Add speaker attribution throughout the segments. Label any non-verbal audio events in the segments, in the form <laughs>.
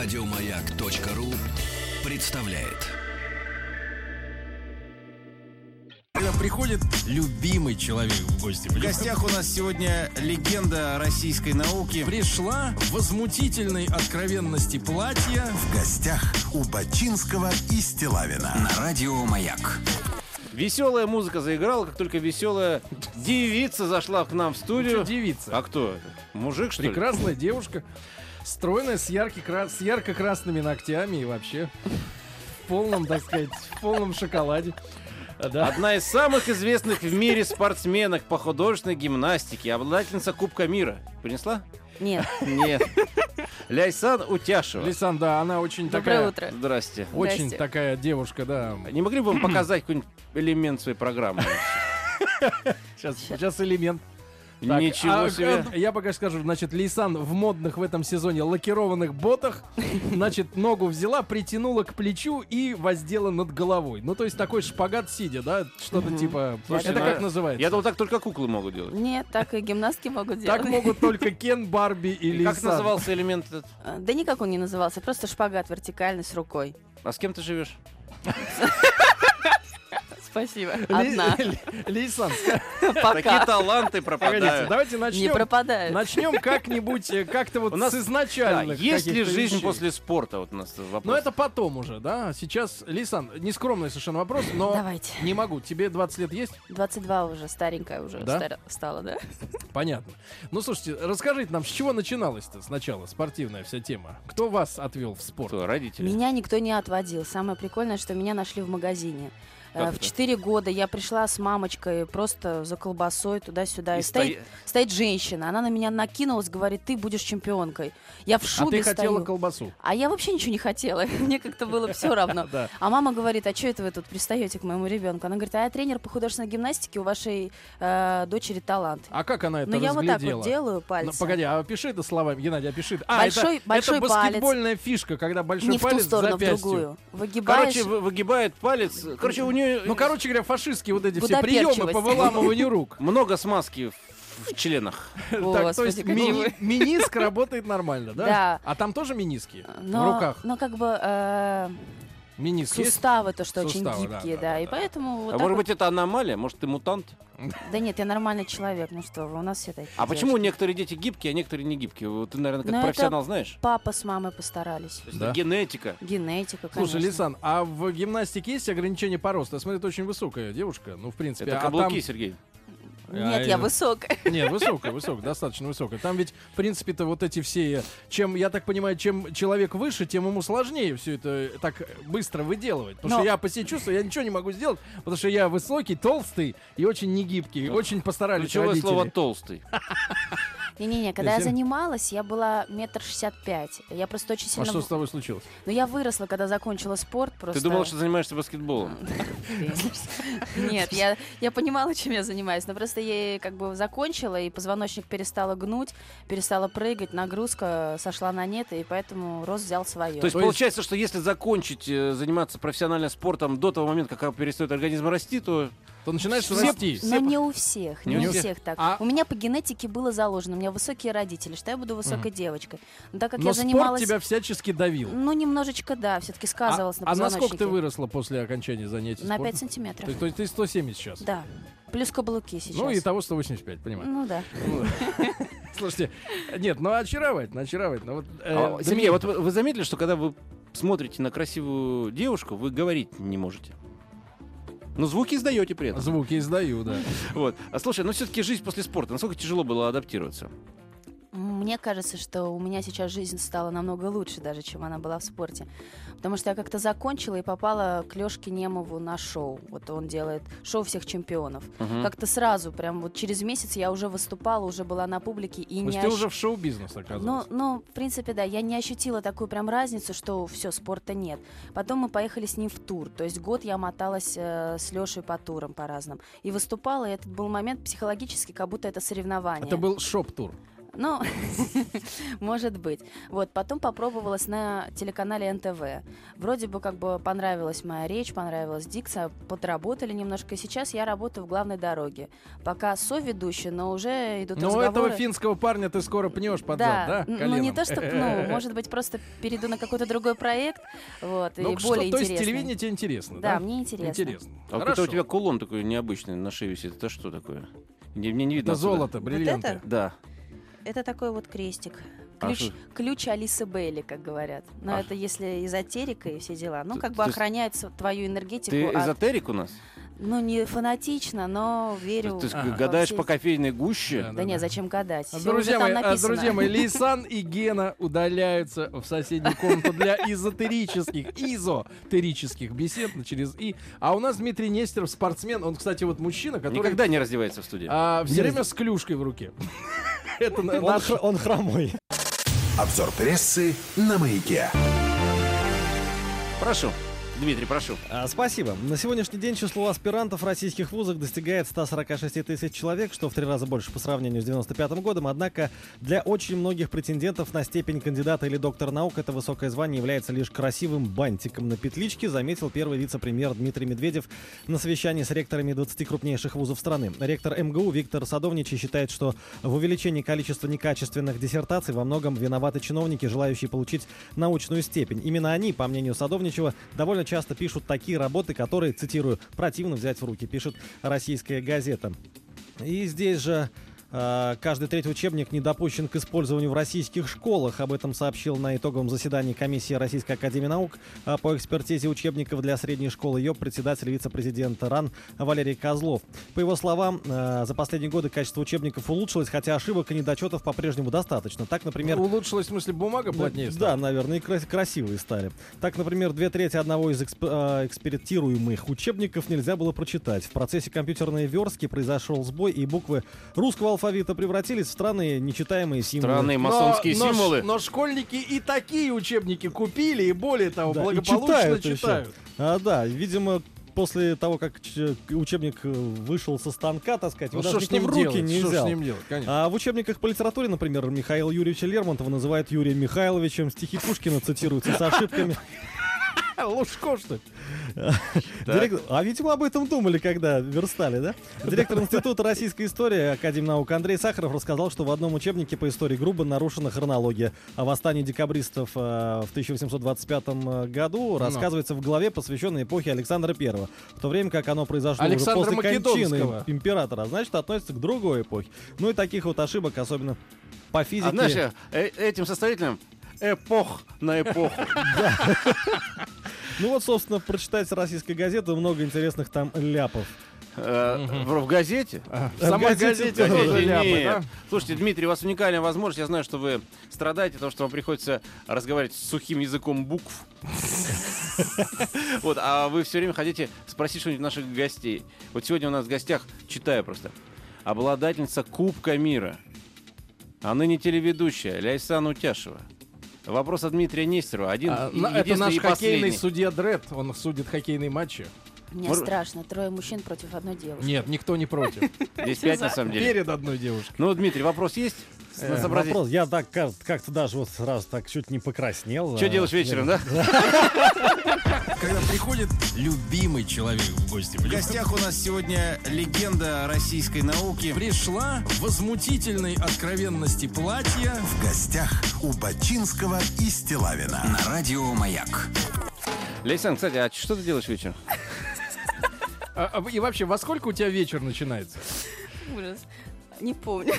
Speaker 1: Радиомаяк.ру представляет.
Speaker 2: Когда приходит любимый человек в гости.
Speaker 3: В гостях у нас сегодня легенда российской науки.
Speaker 2: Пришла в возмутительной откровенности платья.
Speaker 4: В гостях у Бачинского и Стилавина.
Speaker 1: На радио Маяк.
Speaker 3: Веселая музыка заиграла, как только веселая девица зашла к нам в студию.
Speaker 2: Чё девица.
Speaker 3: А кто? это? Мужик, что ли?
Speaker 2: Прекрасная девушка. Стройная, с, ярки- кра- с ярко-красными ногтями и вообще в полном, так сказать, в полном шоколаде. А, Да.
Speaker 3: Одна из самых известных в мире спортсменок по художественной гимнастике, обладательница Кубка мира. Принесла?
Speaker 5: Нет.
Speaker 2: <laughs>
Speaker 3: Нет. Ляйсан Утяшева.
Speaker 2: Лисан, да, она очень
Speaker 5: Доброе
Speaker 2: такая...
Speaker 5: утро.
Speaker 3: Здрасте.
Speaker 2: Очень
Speaker 5: Здрасте.
Speaker 2: такая девушка, да.
Speaker 3: Не могли бы вам показать какой-нибудь элемент своей программы?
Speaker 2: Сейчас, сейчас элемент. Так,
Speaker 3: Ничего
Speaker 2: а,
Speaker 3: себе.
Speaker 2: э, Я пока скажу, значит, Лейсан в модных в этом сезоне
Speaker 5: <laughs>
Speaker 2: лакированных ботах, значит, ногу взяла, притянула к плечу и воздела над головой. Ну, то есть такой шпагат сидя, да, что-то типа...
Speaker 3: Слушайте,
Speaker 2: это
Speaker 3: ну,
Speaker 2: как
Speaker 3: Я
Speaker 2: называется?
Speaker 3: думал, так только куклы могут делать.
Speaker 5: Нет, так и гимнастки могут делать.
Speaker 2: Так могут только Кен, Барби и
Speaker 3: <laughs>
Speaker 2: Лейсан.
Speaker 3: Как назывался элемент этот?
Speaker 5: А, Да никак он не назывался, просто шпагат вертикальный с рукой.
Speaker 3: А с кем ты живешь?
Speaker 5: Спасибо.
Speaker 2: Ли-
Speaker 5: <laughs>
Speaker 2: <laughs>
Speaker 5: Одна.
Speaker 2: Ли- Лейсан, ска-
Speaker 3: Такие
Speaker 5: Пока.
Speaker 3: таланты
Speaker 2: погодите,
Speaker 3: пропадают.
Speaker 2: давайте
Speaker 5: Не
Speaker 2: начнем.
Speaker 5: пропадает.
Speaker 2: Начнем как-нибудь, э, как-то вот
Speaker 3: У нас-
Speaker 2: с
Speaker 3: Да,
Speaker 2: изначальных
Speaker 3: есть ли
Speaker 2: каких-то
Speaker 3: жизнь
Speaker 2: вещей.
Speaker 3: после спорта? Вот у нас вопрос.
Speaker 2: Но это потом уже, да? Сейчас, Лейсан, нескромный совершенно вопрос, но...
Speaker 5: Давайте.
Speaker 2: Не могу. Тебе 20 лет есть?
Speaker 5: 22 уже, старенькая уже
Speaker 2: Да?
Speaker 5: стар- стала, да?
Speaker 2: Понятно. Ну, слушайте, расскажите нам, с чего начиналась-то сначала спортивная вся тема? Кто вас отвел в спорт? А
Speaker 3: Кто, родители.
Speaker 5: Меня никто не отводил. Самое прикольное, что меня нашли в магазине. Э,
Speaker 3: Как
Speaker 5: В
Speaker 3: это?
Speaker 5: 4 года я пришла с мамочкой просто за колбасой туда-сюда. И,
Speaker 3: И
Speaker 5: стоит, стоит женщина. Она на меня накинулась, говорит, ты будешь чемпионкой. Я в
Speaker 2: А
Speaker 5: шубе
Speaker 2: ты хотела
Speaker 5: стою.
Speaker 2: колбасу.
Speaker 5: А я вообще ничего не хотела. <laughs> Мне как-то было все равно.
Speaker 2: <laughs> Да.
Speaker 5: А мама говорит, а что это вы тут пристаете к моему ребенку? Она говорит, а я тренер по художественной гимнастике, у вашей э, дочери талант.
Speaker 2: А как она это
Speaker 5: Но Ну, я вот так
Speaker 2: разглядела?
Speaker 5: вот делаю
Speaker 2: Ну,
Speaker 5: пальцем.
Speaker 2: погоди, а опиши это словами, Геннадий, опиши. это. А,
Speaker 5: Большой-
Speaker 2: это,
Speaker 5: большой
Speaker 2: это
Speaker 5: палец.
Speaker 2: баскетбольная фишка, когда большой
Speaker 5: не в ту
Speaker 2: палец
Speaker 5: сторону,
Speaker 2: запястью.
Speaker 5: в другую. Выгибаешь.
Speaker 3: Короче, вы- выгибает палец. Короче, у нее
Speaker 2: Ну, короче говоря, фашистские вот эти все
Speaker 5: Гутоперчивость.
Speaker 2: приемы по выламыванию
Speaker 5: <laughs>
Speaker 2: рук.
Speaker 3: много смазки в, в членах.
Speaker 2: Так, то есть
Speaker 5: Господи, какие
Speaker 2: мини-
Speaker 5: вы.
Speaker 2: миниск работает нормально, да?
Speaker 5: Да.
Speaker 2: А там тоже миниски в
Speaker 5: но,
Speaker 2: руках?
Speaker 5: но как бы э,
Speaker 2: Миниск есть?
Speaker 5: суставы то, что
Speaker 2: Суставы,
Speaker 5: очень
Speaker 2: да,
Speaker 5: гибкие,
Speaker 2: да,
Speaker 5: да,
Speaker 2: да,
Speaker 5: и
Speaker 2: да.
Speaker 5: поэтому вот
Speaker 3: а
Speaker 5: так
Speaker 3: может
Speaker 5: вот-
Speaker 3: быть, это аномалия? Может, ты мутант?
Speaker 5: Да нет, я нормальный человек, ну что вы, у нас все такие.
Speaker 3: А почему
Speaker 5: девочки.
Speaker 3: некоторые дети гибкие, а некоторые не гибкие? Вот Ты, наверное, как
Speaker 5: Ну, это-
Speaker 3: профессионал знаешь.
Speaker 5: Папа с мамой постарались.
Speaker 3: То есть
Speaker 2: Да.
Speaker 3: это генетика.
Speaker 5: Генетика, конечно.
Speaker 2: Слушай, Лисан, а в гимнастике есть ограничение по росту? Я смотрю, ты очень высокая девушка. Ну, в принципе,
Speaker 3: Это
Speaker 2: а
Speaker 3: каблуки,
Speaker 2: там-
Speaker 3: Сергей.
Speaker 2: А,
Speaker 5: Нет, я
Speaker 2: э,
Speaker 5: высокая.
Speaker 2: Нет, высокая, высокая, достаточно высокая. Там ведь, в принципе-то, вот эти все... Чем, я так понимаю, чем человек выше, тем ему сложнее все это э, так быстро выделывать. Потому
Speaker 5: Но-
Speaker 2: что я по себе чувствую, я ничего не могу сделать, потому что я высокий, толстый и очень негибкий.
Speaker 3: Ну,
Speaker 2: Очень постарались
Speaker 3: Ключевое
Speaker 2: родители.
Speaker 3: слово толстый.
Speaker 5: Не-не-не, когда я
Speaker 2: Зем-
Speaker 5: занималась, я была метр шестьдесят пять. Я просто очень
Speaker 2: А
Speaker 5: сильно...
Speaker 2: что с тобой случилось?
Speaker 5: Но я выросла, когда закончила спорт просто.
Speaker 3: Ты думал, что занимаешься баскетболом.
Speaker 5: <laughs> Ты- Нет, я, я понимала, чем я занимаюсь, но просто я как бы закончила, и позвоночник перестала гнуть, перестала прыгать, нагрузка сошла на нет, и поэтому рост взял свое.
Speaker 3: То есть
Speaker 2: То есть-
Speaker 3: получается, что если закончить э, заниматься профессиональным спортом до того момента, как перестает организм расти, то
Speaker 2: То начинаешь
Speaker 3: Все-
Speaker 2: расти.
Speaker 5: Но не у всех, не,
Speaker 3: Не
Speaker 5: у
Speaker 2: у всех.
Speaker 5: всех, так.
Speaker 2: А-
Speaker 5: У меня по генетике было заложено, у меня высокие родители, что я буду высокой девочкой. Но так как
Speaker 2: Но
Speaker 5: я
Speaker 2: спорт
Speaker 5: занималась...
Speaker 2: тебя всячески давил.
Speaker 5: Ну, немножечко, да, все-таки
Speaker 2: А,
Speaker 5: сказывалось на
Speaker 2: а насколько ты
Speaker 5: позвоночнике.
Speaker 2: выросла после окончания занятий
Speaker 5: На 5
Speaker 2: спортом?
Speaker 5: сантиметров.
Speaker 2: То есть- То есть ты 170 сейчас?
Speaker 5: Да. Плюс каблуки сейчас.
Speaker 2: Ну и того 185, понимаю.
Speaker 5: Ну да.
Speaker 2: Слушайте, нет, ну очаровательно, очаровательно. Вот, э,
Speaker 3: А,
Speaker 2: для
Speaker 3: Сергей,
Speaker 2: меня-
Speaker 3: вот вы вы заметили, что когда вы смотрите на красивую девушку, вы говорить не можете. Но звуки издаете при этом.
Speaker 2: Звуки издаю, да.
Speaker 3: Вот. А слушай, ну все-таки жизнь после спорта, насколько тяжело было адаптироваться?
Speaker 5: Мне кажется, что у меня сейчас жизнь стала намного лучше даже, чем она была в спорте. Потому что я как-то закончила и попала к Лёшке Немову на шоу. Вот он делает шоу всех чемпионов.
Speaker 3: А
Speaker 5: Как-то сразу, прям вот через месяц я уже выступала, уже была на публике и
Speaker 2: То
Speaker 5: не
Speaker 2: есть ты
Speaker 5: ощ-
Speaker 2: уже в шоу-бизнес
Speaker 5: Ну,
Speaker 2: оказалась.
Speaker 5: ну, в принципе, да, я не ощутила такую прям разницу, что все, спорта нет. Потом мы поехали с ним в тур. То есть год я моталась э, с Лешей по турам по разным. И выступала, и этот был момент психологически, как будто это соревнование.
Speaker 2: Это был шоп-тур.
Speaker 5: Ну, <laughs> может быть. Вот, потом попробовалась на телеканале НТВ. Вроде бы как бы понравилась моя речь, понравилась дикция, подработали немножко. И сейчас я работаю в главной дороге. Пока соведущий, но уже идут
Speaker 2: Но Ну, этого
Speaker 5: разговоры.
Speaker 2: финского парня ты скоро пнешь под
Speaker 5: да,
Speaker 2: зад, да?
Speaker 5: н- ну не
Speaker 2: коленом?
Speaker 5: то, что пну, может быть, просто перейду на какой-то другой проект, вот, и
Speaker 2: Ну, что,
Speaker 5: более
Speaker 2: то
Speaker 5: интересный.
Speaker 2: есть телевидение тебе интересно, да?
Speaker 5: Да, мне интересно.
Speaker 2: Интересно.
Speaker 3: А вот
Speaker 2: Хорошо.
Speaker 3: это у тебя кулон такой необычный на шее висит. Это что такое? Не- Мне не видно.
Speaker 2: Это
Speaker 3: отсюда.
Speaker 2: золото, бриллианты.
Speaker 5: это?
Speaker 3: Да.
Speaker 5: Это такой вот крестик.
Speaker 3: А
Speaker 5: Ключ,
Speaker 3: что-
Speaker 5: ключ Алисы Бейли, как говорят. Но
Speaker 3: А.
Speaker 5: это если эзотерика и все дела. Ну,
Speaker 3: Т-
Speaker 5: как
Speaker 3: то
Speaker 5: бы
Speaker 3: есть
Speaker 5: охраняет с- твою энергетику.
Speaker 3: Ты
Speaker 5: Типа от-
Speaker 3: эзотерик у нас?
Speaker 5: Ну, не фанатично, но верю.
Speaker 3: Ты
Speaker 5: в-
Speaker 3: с-
Speaker 5: во
Speaker 3: гадаешь
Speaker 5: все
Speaker 3: по
Speaker 5: эти-
Speaker 3: кофейной гуще?
Speaker 2: Да,
Speaker 5: Да не, зачем гадать?
Speaker 2: А,
Speaker 5: Всё
Speaker 2: Друзья
Speaker 5: уже там
Speaker 2: мои, а,
Speaker 5: написано.
Speaker 2: друзья мои,
Speaker 5: <laughs>
Speaker 2: Лейсан и Гена удаляются в соседнюю комнату для эзотерических, изотерических бесед ну, через «и». А у нас Дмитрий Нестеров, спортсмен. Он, кстати, вот мужчина, который А,
Speaker 3: Никогда не раздевается в студии.
Speaker 2: все
Speaker 6: Не
Speaker 2: время с клюшкой в руке. <laughs> Это на-
Speaker 6: Он,
Speaker 2: наш
Speaker 6: хр- он хромой.
Speaker 4: Обзор прессы на маяке.
Speaker 3: Прошу. Дмитрий, прошу.
Speaker 6: А, Спасибо. На сегодняшний день число аспирантов в российских вузах достигает 146 тысяч человек, что в три раза больше по сравнению с 95 годом. Однако для очень многих претендентов на степень кандидата или доктора наук это высокое звание является лишь красивым бантиком на петличке, заметил первый вице-премьер Дмитрий Медведев на совещании с ректорами 20 крупнейших вузов страны. Ректор МГУ Виктор Садовничий считает, что в увеличении количества некачественных диссертаций во многом виноваты чиновники, желающие получить научную степень. Именно они, по мнению Садовничева, довольно часто пишут такие работы, которые, цитирую, противно взять в руки, пишет российская газета. И здесь же э, Каждый третий учебник не допущен к использованию в российских школах. Об этом сообщил на итоговом заседании комиссии Российской Академии Наук э, по экспертизе учебников для средней школы ЙОП председатель вице-президент РАН Валерий Козлов. По его словам, э, за последние годы качество учебников улучшилось, хотя ошибок и недочетов по-прежнему достаточно. Так, например,
Speaker 2: улучшилась, в смысле, бумага плотнее
Speaker 6: ну,
Speaker 2: стала?
Speaker 6: Да, наверное, и крас- красивые стали. Так, например, две трети одного из эксп- э, экспертируемых учебников нельзя было прочитать. В процессе компьютерной верстки произошел сбой, и буквы русского алфавита превратились в странные нечитаемые символы.
Speaker 3: Странные
Speaker 2: Но-
Speaker 3: масонские
Speaker 2: но ш-
Speaker 3: символы.
Speaker 2: Но школьники и такие учебники купили, и более того,
Speaker 6: Да, и
Speaker 2: благополучно
Speaker 6: читают еще.
Speaker 2: читают.
Speaker 6: А, да, видимо, после того, как ч- учебник э, вышел со станка, так сказать,
Speaker 2: Ну,
Speaker 6: его
Speaker 2: что
Speaker 6: даже
Speaker 2: ж с
Speaker 6: никто
Speaker 2: ним
Speaker 6: в руки
Speaker 2: делать?
Speaker 6: не
Speaker 2: Что ж с
Speaker 6: взял.
Speaker 2: ним делать, конечно.
Speaker 6: А в учебниках по литературе, например, Михаил Юрьевич Лермонтова называет Юрием Михайловичем, стихи Пушкина цитируются
Speaker 2: <laughs>
Speaker 6: с ошибками. А,
Speaker 2: Лужко, Э, что ли?
Speaker 6: Дирек- А, видимо, об этом думали, когда верстали, да? Директор Института российской истории Академнаук Андрей Сахаров рассказал, что в одном учебнике по истории грубо нарушена хронология. О восстании декабристов э, в 1825 э, году рассказывается в главе, посвященной эпохе Александра I, в то время как оно произошло уже
Speaker 2: Александра
Speaker 6: после кончины
Speaker 2: Македонского.
Speaker 6: императора, а значит, относится к другой эпохе. Ну и таких вот ошибок, особенно по физике.
Speaker 3: А знаешь, э, э, этим составителям эпох на эпоху.
Speaker 6: Ну вот, собственно, прочитать российской газеты много интересных там ляпов.
Speaker 3: Э, В в газете?
Speaker 2: А, В самой
Speaker 6: газете
Speaker 2: газете тоже
Speaker 3: Газете
Speaker 2: ляпы,
Speaker 3: нет.
Speaker 2: да?
Speaker 3: Слушайте, Дмитрий, у вас уникальная возможность. Я знаю, что вы страдаете, потому что вам приходится разговаривать с сухим языком букв. Вот, а вы все время хотите спросить что-нибудь наших гостей. Вот сегодня у нас в гостях, читаю просто, обладательница Кубка мира, а ныне телеведущая Ляйсан Утяшева. Вопрос от Дмитрия Нестерова. Один,
Speaker 2: А,
Speaker 3: и-
Speaker 2: на- это
Speaker 3: единственный
Speaker 2: наш
Speaker 3: и
Speaker 2: хоккейный
Speaker 3: последний.
Speaker 2: судья Дред, он судит хоккейные матчи.
Speaker 5: Мне
Speaker 3: Мор-
Speaker 5: страшно, трое мужчин против одной девушки.
Speaker 2: Нет, никто
Speaker 3: <laughs>
Speaker 2: не против.
Speaker 3: Здесь пять, на
Speaker 2: а,
Speaker 3: самом деле.
Speaker 2: Перед одной девушкой.
Speaker 3: Ну, Дмитрий, вопрос есть?
Speaker 6: Э,
Speaker 3: Сообразить?
Speaker 6: Вопрос. Я так как- как-то даже вот сразу так чуть не покраснел.
Speaker 3: Что
Speaker 2: э,
Speaker 6: А,
Speaker 3: делаешь вечером, да?
Speaker 1: Когда приходит любимый человек в гости. В гостях у нас сегодня легенда российской науки. Пришла в возмутительной откровенности платья
Speaker 4: В гостях у Бачинского и Стилавина.
Speaker 1: на радио «Маяк».
Speaker 3: Лейсан, кстати, а что ты делаешь вечером?
Speaker 2: А- а И вообще, во сколько у тебя вечер начинается?
Speaker 5: Ужас. Не помню.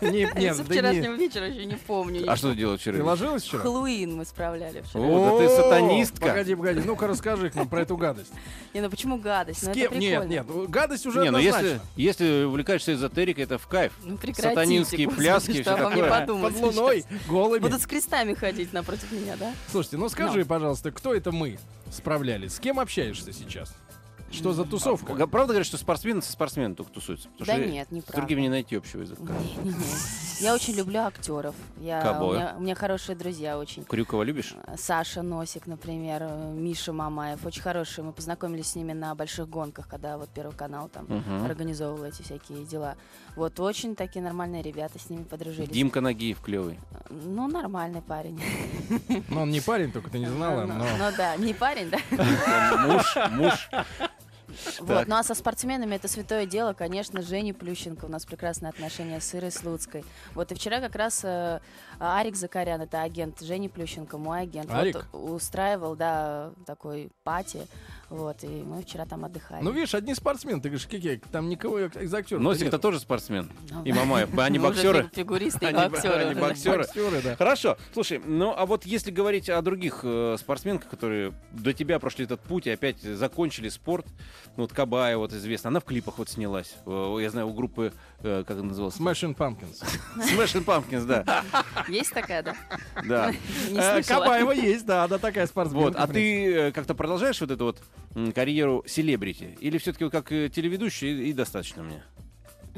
Speaker 2: Не- не,
Speaker 5: Со
Speaker 2: да не.
Speaker 5: вчерашнего вечера еще не помню.
Speaker 3: А что ты делаешь
Speaker 2: Ты
Speaker 3: вчера?
Speaker 2: ложилась вчера?
Speaker 5: Хэллоуин мы справляли вчера.
Speaker 3: О, да ты
Speaker 2: О,
Speaker 3: сатанистка.
Speaker 2: Погоди, погоди, ну-ка расскажи к нам про эту гадость.
Speaker 5: Не, ну почему гадость?
Speaker 2: С
Speaker 5: Ну, это
Speaker 2: кем? Нет,
Speaker 5: прикольно.
Speaker 2: нет, гадость уже
Speaker 3: Не, ну если,
Speaker 2: однозначно.
Speaker 3: если увлекаешься эзотерикой, это в кайф.
Speaker 5: Ну прекратите,
Speaker 3: Сатанинские
Speaker 5: господи,
Speaker 3: пляски,
Speaker 5: что
Speaker 3: всё
Speaker 5: обо мне
Speaker 3: такое.
Speaker 5: подумать <laughs>
Speaker 2: Под луной,
Speaker 5: сейчас.
Speaker 2: голыми.
Speaker 5: Будут с крестами ходить напротив меня, да?
Speaker 2: Слушайте, ну скажи, пожалуйста, кто это мы справлялись? С кем общаешься сейчас? Что за тусовка?
Speaker 3: Г- Правда говорят, что спортсмены со спортсменом только тусуются? Потому
Speaker 5: Да
Speaker 3: что
Speaker 5: нет,
Speaker 3: с
Speaker 5: неправда.
Speaker 3: другими не найти общего языка.
Speaker 5: Не-не-не. Я очень люблю актеров. Я,
Speaker 3: Кого?
Speaker 5: У, меня, у меня хорошие друзья очень.
Speaker 3: Крюкова любишь?
Speaker 5: А, Саша Носик, например, э, Миша Мамаев, очень хорошие. Мы познакомились с ними на больших гонках, когда вот Первый канал там
Speaker 3: Мгм.
Speaker 5: организовывал эти всякие дела. Вот очень такие нормальные ребята с ними подружились.
Speaker 3: Димка Нагиев клевый.
Speaker 5: Ну, нормальный парень.
Speaker 2: Ну, он не парень, только ты не знала,
Speaker 5: Ну,
Speaker 2: но...
Speaker 5: ну да, не парень, да?
Speaker 3: Муж, муж.
Speaker 5: Вот, ну а со спортсменами это святое дело, конечно, Женя Плющенко, у нас прекрасные отношения с Ирой Слуцкой. Вот и вчера как раз э, Арик Закарян, это агент Жени Плющенко, мой агент, вот,
Speaker 2: Арик?
Speaker 5: устраивал, да, такой пати, вот, и мы вчера там отдыхали.
Speaker 2: Ну, видишь, одни спортсмены. Ты говоришь, Кике, там никого из актеров
Speaker 3: Носик-то тоже спортсмен. И Мамаев. Они
Speaker 5: Ну, уже
Speaker 3: боксеры.
Speaker 5: фиг- Фигуристы и
Speaker 3: Они бо-
Speaker 5: боксеры.
Speaker 3: они
Speaker 5: уже, да.
Speaker 3: боксеры.
Speaker 2: да.
Speaker 3: Хорошо. Слушай, ну а вот если говорить о других э, спортсменках, которые до тебя прошли этот путь и опять закончили спорт, ну вот Кабая вот известна, она в клипах вот снялась. Э, Я знаю, у группы, э, как она называлась?
Speaker 2: Smashing <laughs> Pumpkins.
Speaker 3: Smashing Pumpkins,
Speaker 5: <laughs>
Speaker 3: да.
Speaker 5: Есть такая, да?
Speaker 3: Да.
Speaker 5: Не
Speaker 2: Э,
Speaker 5: слышала.
Speaker 2: Кабаева есть, да, она такая спортсменка.
Speaker 3: Вот, а ты э, как-то продолжаешь вот эту вот м, карьеру селебрити? Или все-таки вот как э, телеведущий и, и достаточно мне?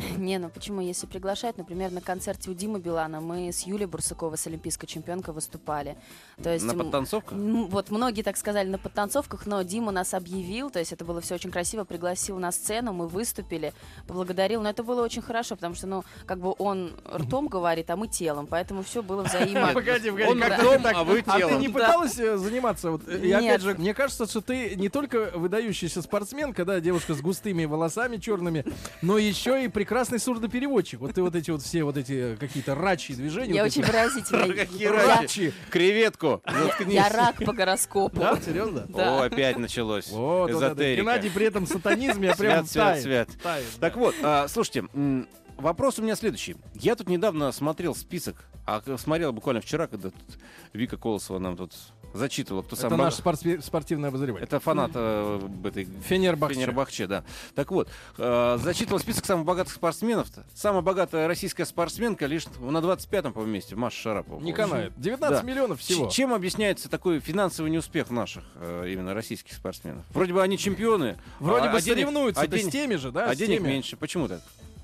Speaker 5: <laughs> Не, ну почему, если приглашают, например, на концерте у Димы Билана, мы с Юлей Бурсаковой, с олимпийской чемпионкой, выступали. То есть
Speaker 3: На
Speaker 5: м,
Speaker 3: подтанцовках?
Speaker 5: Ну, вот многие так сказали на подтанцовках, но Дима нас объявил, то есть это было все очень красиво, пригласил на сцену, мы выступили, поблагодарил, но это было очень хорошо, потому что, ну, как бы он ртом говорит, а мы телом, поэтому все было взаимно.
Speaker 2: Погоди, погоди,
Speaker 3: Он
Speaker 2: как
Speaker 3: ртом,
Speaker 2: ты так-
Speaker 3: а вы
Speaker 2: ты
Speaker 3: телом.
Speaker 2: не
Speaker 5: Да.
Speaker 2: пыталась э, заниматься? Вот, э, и
Speaker 5: Нет.
Speaker 2: опять же, мне кажется, что ты не только выдающийся спортсмен, когда девушка с густыми волосами черными, но еще и прекрасный сурдопереводчик. Вот ты вот эти вот все вот эти э, какие-то рачьи движения.
Speaker 5: Я
Speaker 2: вот эти <laughs>
Speaker 5: очень выразительная.
Speaker 3: Какие
Speaker 5: Я-
Speaker 3: рачи?
Speaker 2: Рачи.
Speaker 3: Креветку! Заткнись.
Speaker 5: Я рак по гороскопу.
Speaker 2: Да, серьезно?
Speaker 3: О,
Speaker 5: Да.
Speaker 3: опять началось.
Speaker 2: Вот, вот это.
Speaker 3: Эзотерика.
Speaker 2: Геннадий при этом сатанизме я прям
Speaker 3: Свят, свят,
Speaker 2: тает.
Speaker 3: свят.
Speaker 2: Тает,
Speaker 3: Так вот, а, слушайте, м, вопрос у меня следующий. Я тут недавно смотрел список, а к- смотрел буквально вчера, когда тут Вика Колосова нам тут зачитывала, кто сам...
Speaker 2: Это наш спортсме- спортивный обозреватель.
Speaker 3: Это фанат э, этой...
Speaker 2: Фенербахче.
Speaker 3: Фенербахче, да. Так вот, э, зачитывал список самых богатых спортсменов-то. Самая богатая российская спортсменка лишь на 25-м, по-моему, месте, Маша Шарапова.
Speaker 2: Не канает. 19
Speaker 3: Да.
Speaker 2: миллионов всего.
Speaker 3: Ч- Чем объясняется такой финансовый неуспех наших, э, именно российских спортсменов? Вроде бы они чемпионы.
Speaker 2: Вроде
Speaker 3: а-
Speaker 2: бы
Speaker 3: а денег-
Speaker 2: соревнуются
Speaker 3: а
Speaker 2: да, с
Speaker 3: денег-
Speaker 2: теми же, да?
Speaker 3: а
Speaker 2: с
Speaker 3: денег
Speaker 2: теми.
Speaker 3: меньше. Почему так?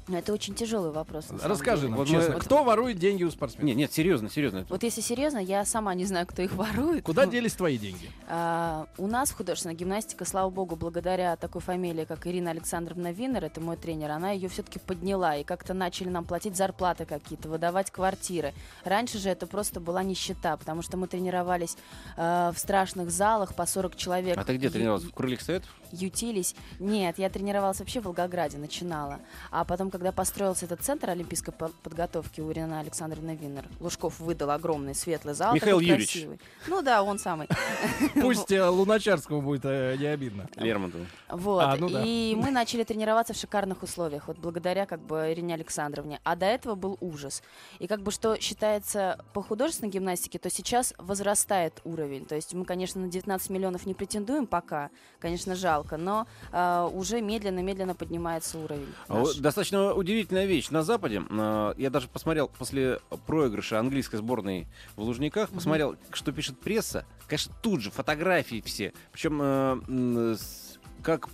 Speaker 5: Но Ну, это очень тяжелый вопрос. на самом
Speaker 2: Расскажи
Speaker 5: деле.
Speaker 2: нам,
Speaker 3: Вот мы-
Speaker 2: честно, кто ворует деньги у спортсменов?
Speaker 3: Не, нет, серьезно, серьезно.
Speaker 5: Вот если серьезно, я сама не знаю, кто их ворует.
Speaker 2: Куда
Speaker 5: Ну,
Speaker 2: делись
Speaker 3: <laughs>
Speaker 2: твои деньги?
Speaker 5: А, У нас художественная гимнастика, слава богу, благодаря такой фамилии, как Ирина Александровна Винер, это мой тренер, она ее все-таки подняла и как-то начали нам платить зарплаты какие-то, выдавать квартиры. Раньше же это просто была нищета, потому что мы тренировались э, в страшных залах по 40 человек.
Speaker 3: А ты где
Speaker 5: Ю-
Speaker 3: тренировался? В крыльях Советов?
Speaker 5: ютились. Нет, я тренировалась вообще в Волгограде, начинала. А потом, когда построился этот центр олимпийской по- подготовки у Ирины Александровны Винер, Лужков выдал огромный светлый зал.
Speaker 3: Михаил
Speaker 5: такой
Speaker 3: Юрьевич.
Speaker 5: красивый. Ну да, он самый.
Speaker 3: ну,
Speaker 2: Пусть э, Луначарскому будет э, не обидно.
Speaker 3: Лермонтова.
Speaker 5: Вот.
Speaker 2: А, ну да.
Speaker 5: И мы начали тренироваться в шикарных условиях, вот благодаря как бы Ирине Александровне. А до этого был ужас. И как бы что считается по художественной гимнастике, то сейчас возрастает уровень. То есть мы, конечно, на 19 миллионов не претендуем пока, конечно, жалко, но а, уже медленно-медленно поднимается уровень.
Speaker 3: А
Speaker 5: наш.
Speaker 3: вот Достаточно удивительная вещь. На Западе, э, я даже посмотрел после проигрыша английской сборной в Лужниках, посмотрел, что пишет пресса. Конечно, тут же фотографии все. Причем э, м, с- как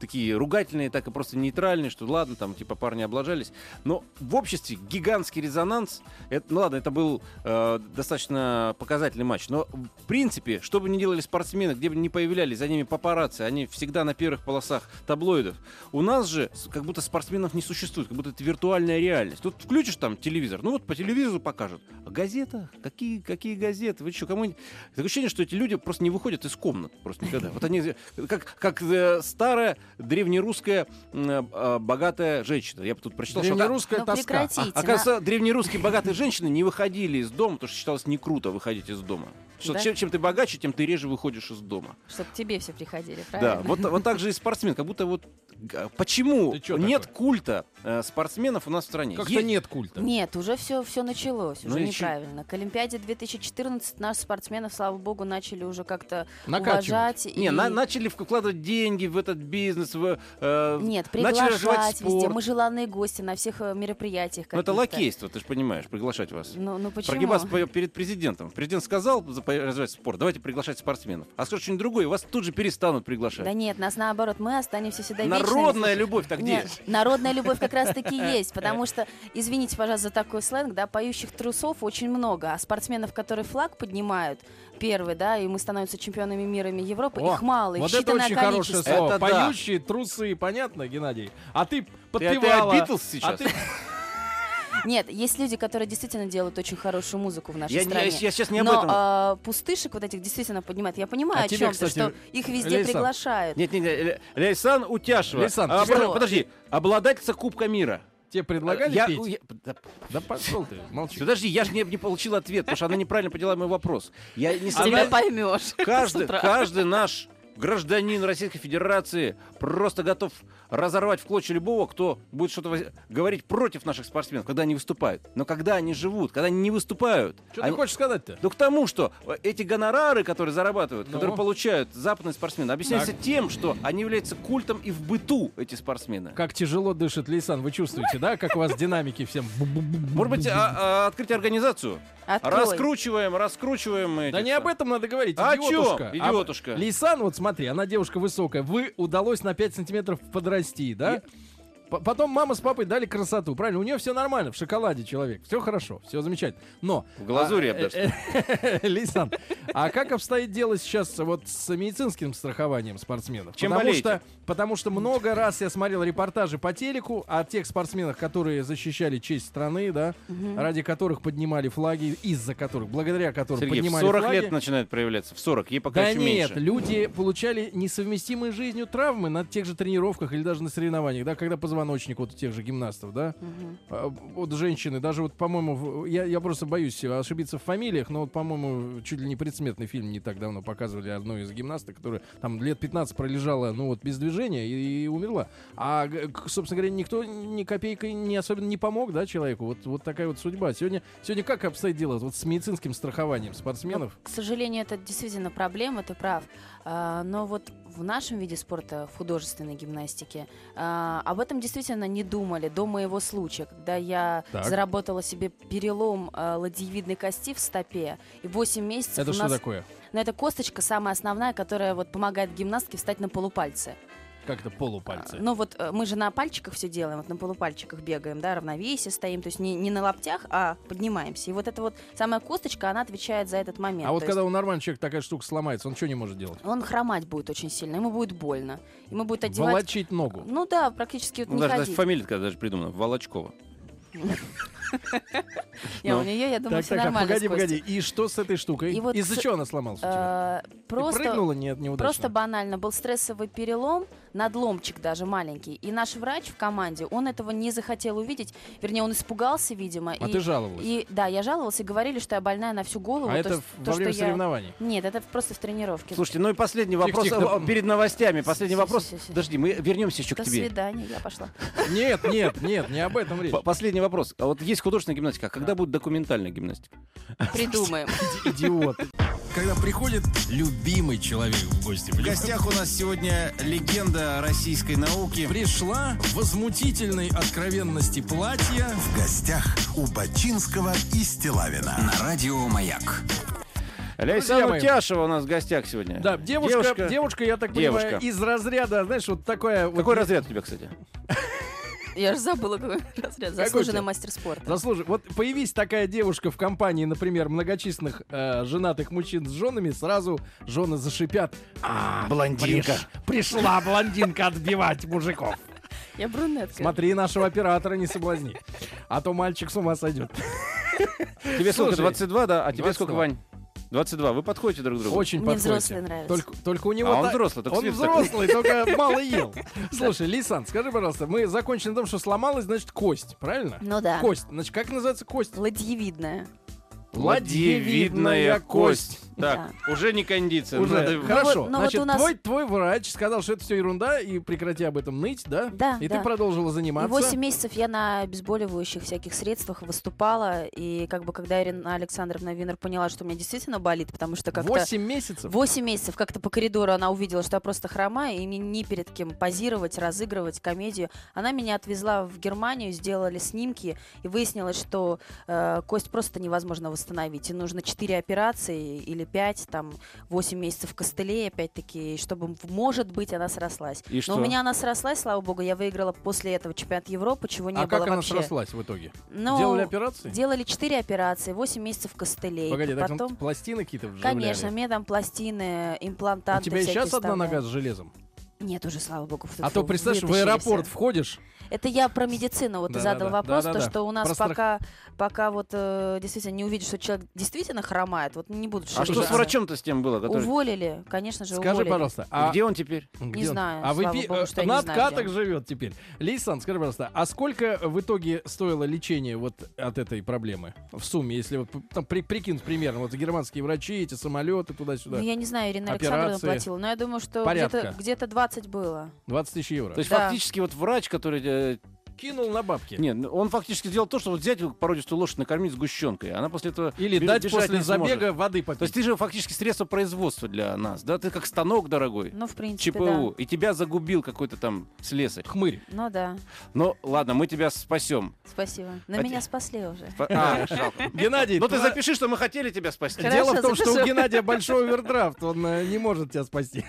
Speaker 3: такие ругательные, так и просто нейтральные, что ладно, там типа парни облажались. Но в обществе гигантский резонанс. Это, ну ладно, это был э, достаточно показательный матч. Но в принципе, что бы ни делали спортсмены, где бы ни появлялись, за ними папарацци, они всегда на первых полосах таблоидов. У нас же с- как будто спортсменов не существует, как будто это виртуальная реальность. Тут включишь там телевизор, ну вот по телевизору покажут. А газета? Какие, какие газеты? Вы что, кому Такое ощущение, что эти люди просто не выходят из комнат просто никогда. Вот они э, как, как э, старая древнерусская м, э, богатая женщина. Я тут прочитал, что... она-
Speaker 2: Древнерусская
Speaker 5: Ну,
Speaker 2: тоска.
Speaker 5: прекрати. Простите,
Speaker 3: Оказывается, древнерусские богатые женщины не выходили из дома, потому что считалось не круто выходить из дома. Что
Speaker 5: Да?
Speaker 3: чем, чем ты богаче, тем ты реже выходишь из дома.
Speaker 5: Чтобы к тебе все приходили,
Speaker 3: Да,
Speaker 5: правильно?
Speaker 3: вот, вот так же и спортсмен. Как будто вот г- почему
Speaker 2: Ты чё
Speaker 3: нет
Speaker 2: такой?
Speaker 3: культа э, спортсменов у нас в стране?
Speaker 2: Как-то
Speaker 3: Есть-
Speaker 2: нет культа.
Speaker 5: Нет, уже все, все началось,
Speaker 3: Ну
Speaker 5: уже
Speaker 3: и чё?
Speaker 5: неправильно. К Олимпиаде 2014 наши спортсменов, слава богу, начали уже как-то
Speaker 2: Накачивать.
Speaker 5: уважать.
Speaker 3: Не,
Speaker 5: и-
Speaker 3: на- начали вкладывать деньги в этот бизнес. В, э,
Speaker 5: Нет,
Speaker 3: начали развивать
Speaker 5: приглашать везде.
Speaker 3: спорт.
Speaker 5: Мы желанные гости на всех э, мероприятиях.
Speaker 3: Ну, это
Speaker 5: каких-то.
Speaker 3: лакейство, ты же понимаешь, приглашать вас.
Speaker 5: Ну, ну почему?
Speaker 3: Прогибаться по- перед президентом. Президент сказал за по- развивать спорт, давайте приглашать спортсменов. А скажешь что-нибудь другое, и вас тут же перестанут приглашать.
Speaker 5: Да нет, нас наоборот, мы останемся всегда вечными.
Speaker 3: Народная любовь, так где?
Speaker 5: Нет, народная любовь,
Speaker 3: <laughs>
Speaker 5: как раз-таки есть, потому что, извините, пожалуйста, за такой сленг, да, поющих трусов очень много, а спортсменов, которые флаг поднимают первый, да, и мы становимся чемпионами мира и Европы,
Speaker 2: О,
Speaker 5: их мало, их
Speaker 2: Вот это
Speaker 5: считанное
Speaker 2: очень хорошее
Speaker 5: количество.
Speaker 2: слово.
Speaker 3: Это да.
Speaker 2: Поющие трусы, понятно, Геннадий? А ты
Speaker 3: опять
Speaker 2: подпевала.
Speaker 3: Битлз сейчас?
Speaker 2: А ты- <laughs>
Speaker 5: Нет, есть люди, которые действительно делают очень хорошую музыку в нашей
Speaker 3: Я, не- я
Speaker 5: стране.
Speaker 3: сейчас не об
Speaker 5: Но
Speaker 3: этом.
Speaker 5: а, пустышек вот этих действительно поднимают. Я понимаю,
Speaker 2: А
Speaker 5: о
Speaker 2: тебе,
Speaker 5: чем
Speaker 2: кстати,
Speaker 5: ты, что их везде
Speaker 2: Лейсан,
Speaker 5: приглашают.
Speaker 3: Нет, нет, нет, Ля- Ляйсан э, Утяшева.
Speaker 2: Ляйсан,
Speaker 3: А,
Speaker 5: ты
Speaker 3: подожди,
Speaker 5: что?
Speaker 3: подожди, обладательница Кубка мира.
Speaker 2: Тебе предлагали
Speaker 3: Я- ну,
Speaker 2: петь?
Speaker 3: я- да,
Speaker 2: Да пошел ты, молчи.
Speaker 3: подожди, я же не, не получил ответ, потому что она неправильно поняла мой вопрос. Я не
Speaker 5: Тебя
Speaker 3: собираюсь-
Speaker 5: поймешь.
Speaker 3: каждый, каждый наш гражданин Российской Федерации просто готов разорвать в клочья любого, кто будет что-то воз- говорить против наших спортсменов, когда они выступают. Но когда они живут, когда они не выступают,
Speaker 2: Что ты
Speaker 3: они-
Speaker 2: хочешь сказать-то?
Speaker 3: Ну, к тому, что э, эти гонорары, которые зарабатывают,
Speaker 2: Ну.
Speaker 3: которые получают западные спортсмены, объясняются тем, что они являются культом и в быту, эти спортсмены.
Speaker 2: Как тяжело дышит Лейсан, вы чувствуете, да? Как у вас динамики всем.
Speaker 3: Может быть, а- а открыть организацию?
Speaker 5: Открой.
Speaker 3: Раскручиваем, раскручиваем.
Speaker 2: Да
Speaker 3: этих
Speaker 2: не
Speaker 3: сам-
Speaker 2: об этом надо говорить,
Speaker 3: А О
Speaker 2: идиотушка.
Speaker 3: чем, идиотушка?
Speaker 2: Лейсан, вот смотри, она девушка высокая. Вы удалось на 5 сантиметров подрасти, да? П- Потом мама с папой дали красоту, правильно? У нее все нормально, в шоколаде человек. Все хорошо, все замечательно. Но...
Speaker 3: В глазури,
Speaker 2: а,
Speaker 3: я бы даже
Speaker 2: э, <laughs> Лейсан, а как обстоит дело сейчас вот с медицинским страхованием спортсменов?
Speaker 3: Чем
Speaker 2: потому
Speaker 3: болеете?
Speaker 2: что, Потому что много раз я смотрел репортажи по телеку о тех спортсменах, которые защищали честь страны, да, ради которых поднимали флаги, из-за которых, благодаря которым
Speaker 3: Сергей, в
Speaker 2: поднимали
Speaker 3: 40
Speaker 2: флаги.
Speaker 3: лет начинает проявляться. В 40, ей пока
Speaker 2: Да
Speaker 3: еще
Speaker 2: нет,
Speaker 3: меньше.
Speaker 2: люди получали несовместимые с жизнью травмы на тех же тренировках или даже на соревнованиях, да, когда позвоночник вот у тех же гимнастов, да, А, вот женщины, даже вот, по-моему, в- я, я просто боюсь ошибиться в фамилиях, но вот, по-моему, чуть ли не предсмертный фильм не так давно показывали одной из гимнасток, которая там лет 15 пролежала, ну вот, без движения и, и умерла. А, г- к- собственно говоря, никто ни копейкой не особенно не помог, да, человеку. Вот, вот такая вот судьба. Сегодня, сегодня как обстоит дело вот с медицинским страхованием спортсменов?
Speaker 5: К сожалению, это действительно проблема, ты прав. А, Но вот в нашем виде спорта, в художественной гимнастике, а, об этом действительно не думали до моего случая, когда я
Speaker 2: Так.
Speaker 5: заработала себе перелом а, ладьевидной кости в стопе. И 8 месяцев
Speaker 2: Это
Speaker 5: у
Speaker 2: что
Speaker 5: нас...
Speaker 2: такое?
Speaker 5: Но это косточка самая основная, которая вот помогает гимнастке встать на полупальцы.
Speaker 2: Как это полупальцы?
Speaker 5: А, Ну вот э, мы же на пальчиках все делаем, вот на полупальчиках бегаем, да, равновесие стоим, то есть не, не на локтях, а поднимаемся. И вот эта вот самая косточка, она отвечает за этот момент.
Speaker 2: а вот
Speaker 5: То
Speaker 2: когда у нормального человека такая штука сломается, он что не может делать?
Speaker 5: есть Он хромать будет очень сильно, ему будет больно. Ему будет одевать...
Speaker 2: Волочить ногу.
Speaker 5: Ну да, практически вот
Speaker 3: Ну,
Speaker 5: не
Speaker 3: даже, даже
Speaker 5: ходить.
Speaker 3: фамилия такая даже придумана. Волочкова.
Speaker 5: Не, у нее, я думаю,
Speaker 2: так,
Speaker 5: все
Speaker 2: так, так,
Speaker 5: нормально с
Speaker 2: погоди,
Speaker 5: костью.
Speaker 2: погоди. И что с этой штукой?
Speaker 5: И вот
Speaker 2: Из-за
Speaker 5: с-
Speaker 2: чего она сломалась у тебя?
Speaker 5: Э,
Speaker 2: Ты
Speaker 5: Просто
Speaker 2: прыгнула не, неудачно?
Speaker 5: Просто банально. Был стрессовый перелом, надломчик даже маленький. И наш врач в команде, он этого не захотел увидеть. Вернее, он испугался, видимо.
Speaker 2: А
Speaker 5: и,
Speaker 2: ты жаловалась?
Speaker 5: и да, я жаловалась и говорили, что я больная на всю голову.
Speaker 2: а это
Speaker 5: есть
Speaker 2: в-
Speaker 5: то,
Speaker 2: во время
Speaker 5: что я-
Speaker 2: соревнований?
Speaker 5: Нет, это просто в тренировке.
Speaker 3: Слушайте, ну и последний вопрос
Speaker 2: Тихо, тихо.
Speaker 3: э, перед новостями. Последний
Speaker 5: Си- си-
Speaker 3: вопрос.
Speaker 5: си- си- си.
Speaker 3: Подожди, мы вернемся еще к
Speaker 5: До
Speaker 3: тебе.
Speaker 5: свидания, я
Speaker 2: <laughs>
Speaker 5: пошла.
Speaker 2: Нет, нет, нет, не об этом речь.
Speaker 3: П- Последний вопрос. А вот есть художественная гимнастика, а когда будет документальная гимнастика?
Speaker 5: Придумаем.
Speaker 2: Идиот.
Speaker 1: Когда приходит любимый человек в гости. В гостях у нас сегодня легенда российской науки. Пришла в возмутительной откровенности платья.
Speaker 4: В гостях у Бачинского и Стилавина.
Speaker 7: На радио Маяк.
Speaker 2: Друзья
Speaker 3: Ляйсан
Speaker 2: мои.
Speaker 3: Утяшева у нас в гостях сегодня.
Speaker 2: Да, девушка, девушка, я так понимаю,
Speaker 3: девушка.
Speaker 2: из разряда, знаешь, вот такая... вот
Speaker 3: Какой разряд у тебя, кстати?
Speaker 5: Я же забыла какой разряд. Заслуженный
Speaker 2: ты?
Speaker 5: мастер спорта.
Speaker 2: Заслужи. Вот появись такая девушка в компании, например, многочисленных э, женатых мужчин с женами, сразу жены зашипят. А, блондинка. пришла блондинка отбивать мужиков.
Speaker 5: Я брюнетка.
Speaker 2: Смотри нашего оператора, не соблазни. А то мальчик с ума сойдет.
Speaker 3: Тебе сколько?
Speaker 2: Слушай,
Speaker 3: 22, да? А тебе сколько,
Speaker 2: 22?
Speaker 3: Вань? 22. Вы подходите друг к другу.
Speaker 2: Очень
Speaker 5: Мне
Speaker 2: подходите.
Speaker 5: взрослый нравится.
Speaker 2: Только, только у него...
Speaker 3: А он
Speaker 2: та-
Speaker 3: взрослый, только
Speaker 2: Он
Speaker 3: свет такой.
Speaker 2: взрослый, только мало ел. Слушай, Лисан, скажи, пожалуйста, мы закончили на том, что сломалась, значит, кость, правильно?
Speaker 5: Ну да.
Speaker 2: Кость. Значит, как называется кость?
Speaker 5: Ладьевидная.
Speaker 3: Ладьевидная кость. Так, уже не кондиция.
Speaker 2: Уже.
Speaker 3: Надо-
Speaker 2: Хорошо.
Speaker 5: вот- ну
Speaker 2: Значит,
Speaker 5: вот у нас-
Speaker 2: твой, твой врач сказал, что это все ерунда, и прекрати об этом ныть, да?
Speaker 5: Да,
Speaker 2: И ты
Speaker 5: да.
Speaker 2: продолжила
Speaker 5: И
Speaker 2: заниматься.
Speaker 5: 8 месяцев я на обезболивающих всяких средствах выступала, и как бы когда Ирина Александровна Винер поняла, что у меня действительно болит, потому что как-то...
Speaker 2: Восемь месяцев?
Speaker 5: 8 месяцев как-то по коридору она увидела, что я просто хромаю, и мне не перед кем позировать, разыгрывать комедию. Она меня отвезла в Германию, сделали снимки, и выяснилось, что э, кость просто невозможно восстановить. И нужно 4 операции или 5, там 8 месяцев костылей, опять-таки, и чтобы, может быть, она срослась.
Speaker 3: И
Speaker 5: Но
Speaker 3: что?
Speaker 5: у меня она срослась, слава богу, я выиграла после этого чемпионат Европы, чего не
Speaker 2: а
Speaker 5: было
Speaker 2: как она
Speaker 5: вообще.
Speaker 2: срослась в итоге?
Speaker 5: Ну,
Speaker 2: Делали операции?
Speaker 5: Делали 4 операции, 8 месяцев костылей.
Speaker 2: Погоди, так
Speaker 5: потом...
Speaker 2: там пластины какие-то вживляли?
Speaker 5: Конечно, мне там пластины,
Speaker 2: У
Speaker 5: имплантаты.
Speaker 2: тебя и
Speaker 5: всякие
Speaker 2: сейчас одна
Speaker 5: вставляют.
Speaker 2: нога с железом.
Speaker 5: Нет, уже, слава богу. фу-фу-фу,
Speaker 2: А то, представляешь, в
Speaker 5: вытащили
Speaker 2: аэропорт
Speaker 5: всё.
Speaker 2: входишь,
Speaker 5: Это я про медицину. Вот ты
Speaker 2: Да-да-да.
Speaker 5: задал вопрос, то,
Speaker 2: Да-да-да.
Speaker 5: что у нас
Speaker 2: Про страх-
Speaker 5: пока, пока вот э, действительно не увидишь, что человек действительно хромает, вот не буду
Speaker 3: А что с
Speaker 5: шевелиться.
Speaker 3: врачом-то с тем было? Который...
Speaker 5: Уволили, конечно же,
Speaker 2: скажи,
Speaker 5: уволили.
Speaker 2: пожалуйста, а
Speaker 3: Где он теперь?
Speaker 2: Где
Speaker 5: Не
Speaker 2: он?
Speaker 5: знаю,
Speaker 2: А вы
Speaker 5: слава
Speaker 2: пи-
Speaker 5: богу,
Speaker 2: э,
Speaker 5: что я
Speaker 2: на
Speaker 5: не знаю, где
Speaker 2: откатах
Speaker 5: он.
Speaker 2: живет теперь. Лейсан, скажи, пожалуйста, а сколько в итоге стоило лечение вот от этой проблемы? В сумме, если вот п- там при- прикинуть примерно, вот германские врачи, эти самолеты туда-сюда.
Speaker 5: Ну, я не знаю, Ирина
Speaker 2: Операции.
Speaker 5: Александровна платила, но я думаю, что
Speaker 2: Порядка.
Speaker 5: где-то где 20 было.
Speaker 2: 20 тысяч евро.
Speaker 3: То есть
Speaker 5: Да.
Speaker 3: фактически вот врач, который... э,
Speaker 2: кинул на бабки.
Speaker 3: Нет, ну, он фактически сделал то, что вот взять беспородистую лошадь, накормить сгущенкой. Она после этого
Speaker 2: Или
Speaker 3: бе-
Speaker 2: дать
Speaker 3: бежать
Speaker 2: после
Speaker 3: не сможет.
Speaker 2: забега воды попить.
Speaker 3: То есть ты же фактически средство производства для нас, да? Ты как станок дорогой,
Speaker 5: Ну, в принципе,
Speaker 3: ЧПУ, и тебя загубил какой-то там слесарь.
Speaker 2: хмырь.
Speaker 5: да. Ну да,
Speaker 3: Ну, ладно, мы тебя спасем.
Speaker 5: спасибо. Но
Speaker 3: А
Speaker 5: меня
Speaker 3: те-
Speaker 5: спасли уже.
Speaker 3: А, жалко.
Speaker 2: Геннадий,
Speaker 3: Ну ты
Speaker 2: тва-
Speaker 3: запиши, что мы хотели тебя спасти.
Speaker 5: Хорошо,
Speaker 2: Дело в том, что у
Speaker 5: <laughs> запишу.
Speaker 2: Геннадия большой овердрафт, он э, не может
Speaker 3: <laughs>
Speaker 2: тебя спасти.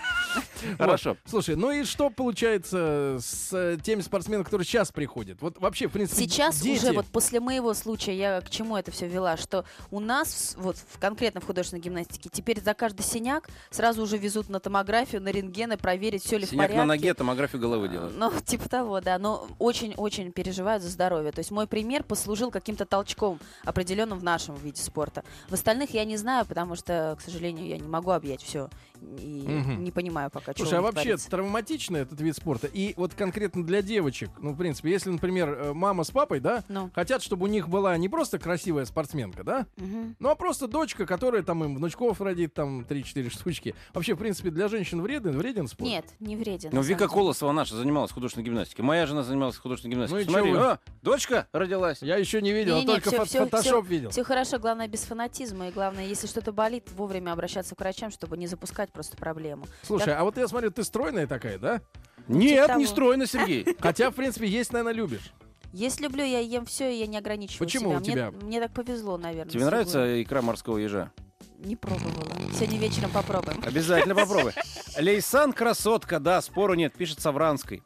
Speaker 3: Хорошо.
Speaker 2: Слушай, ну и что получается с э, теми спортсменами, которые сейчас приходят? Вот вообще, в принципе,
Speaker 5: Сейчас
Speaker 2: дети...
Speaker 5: уже вот после моего случая я к чему это все вела, что у нас с- вот в, конкретно в художественной гимнастике теперь за каждый синяк сразу уже везут на томографию, на рентгены проверить все ли в
Speaker 3: Синяк
Speaker 5: порядке.
Speaker 3: на ноге, томографию головы
Speaker 5: А,
Speaker 3: делают.
Speaker 5: Ну, <laughs> типа того, да. Но очень-очень переживают за здоровье. То есть мой пример послужил каким-то толчком определенным в нашем виде спорта. В остальных я не знаю, потому что, к сожалению, я не могу объять все. И
Speaker 2: Мгм.
Speaker 5: не понимаю пока, чего
Speaker 2: Слушай, а
Speaker 5: у них
Speaker 2: вообще
Speaker 5: творится.
Speaker 2: травматично этот вид спорта? И вот конкретно для девочек, ну, в принципе, если, например, э, мама с папой, да,
Speaker 5: Ну.
Speaker 2: хотят, чтобы у них была не просто красивая спортсменка, да,
Speaker 5: Мгм.
Speaker 2: ну, а просто дочка, которая там им внучков родит, там, 3-4 штучки. Вообще, в принципе, для женщин вреден, вреден спорт?
Speaker 5: Нет, не вреден.
Speaker 3: Ну,
Speaker 5: на самом
Speaker 3: Вика
Speaker 5: деле.
Speaker 3: Колосова наша занималась художественной гимнастикой. Моя жена занималась художественной
Speaker 2: Ну и
Speaker 3: гимнастикой.
Speaker 2: чё
Speaker 3: Смотри,
Speaker 2: вы?
Speaker 3: а, дочка родилась.
Speaker 2: Я еще не видел, а
Speaker 5: Не-не-не,
Speaker 2: только
Speaker 5: всё-
Speaker 2: фо-
Speaker 5: всё-
Speaker 2: фотошоп
Speaker 5: всё-
Speaker 2: видел.
Speaker 5: Все хорошо, главное без фанатизма. И главное, если что-то болит, вовремя обращаться к врачам, чтобы не запускать просто проблему.
Speaker 2: Слушай, а вот я смотрю, ты стройная такая, да?
Speaker 3: Нет,
Speaker 5: типа
Speaker 3: не
Speaker 5: того.
Speaker 3: стройно, Сергей.
Speaker 5: <laughs>
Speaker 2: Хотя, в принципе, есть, наверное, любишь.
Speaker 5: Если люблю, я ем все, и я не ограничиваю
Speaker 2: Почему
Speaker 5: себя.
Speaker 2: у тебя-
Speaker 5: Мне, мне так повезло, наверное.
Speaker 3: Тебе
Speaker 5: с
Speaker 3: нравится икра морского ежа?
Speaker 5: фигурой. Не пробовала. Сегодня вечером попробуем.
Speaker 3: Обязательно
Speaker 5: <laughs>
Speaker 3: попробуй. Лейсан красотка, да, спору нет, пишет Савранской.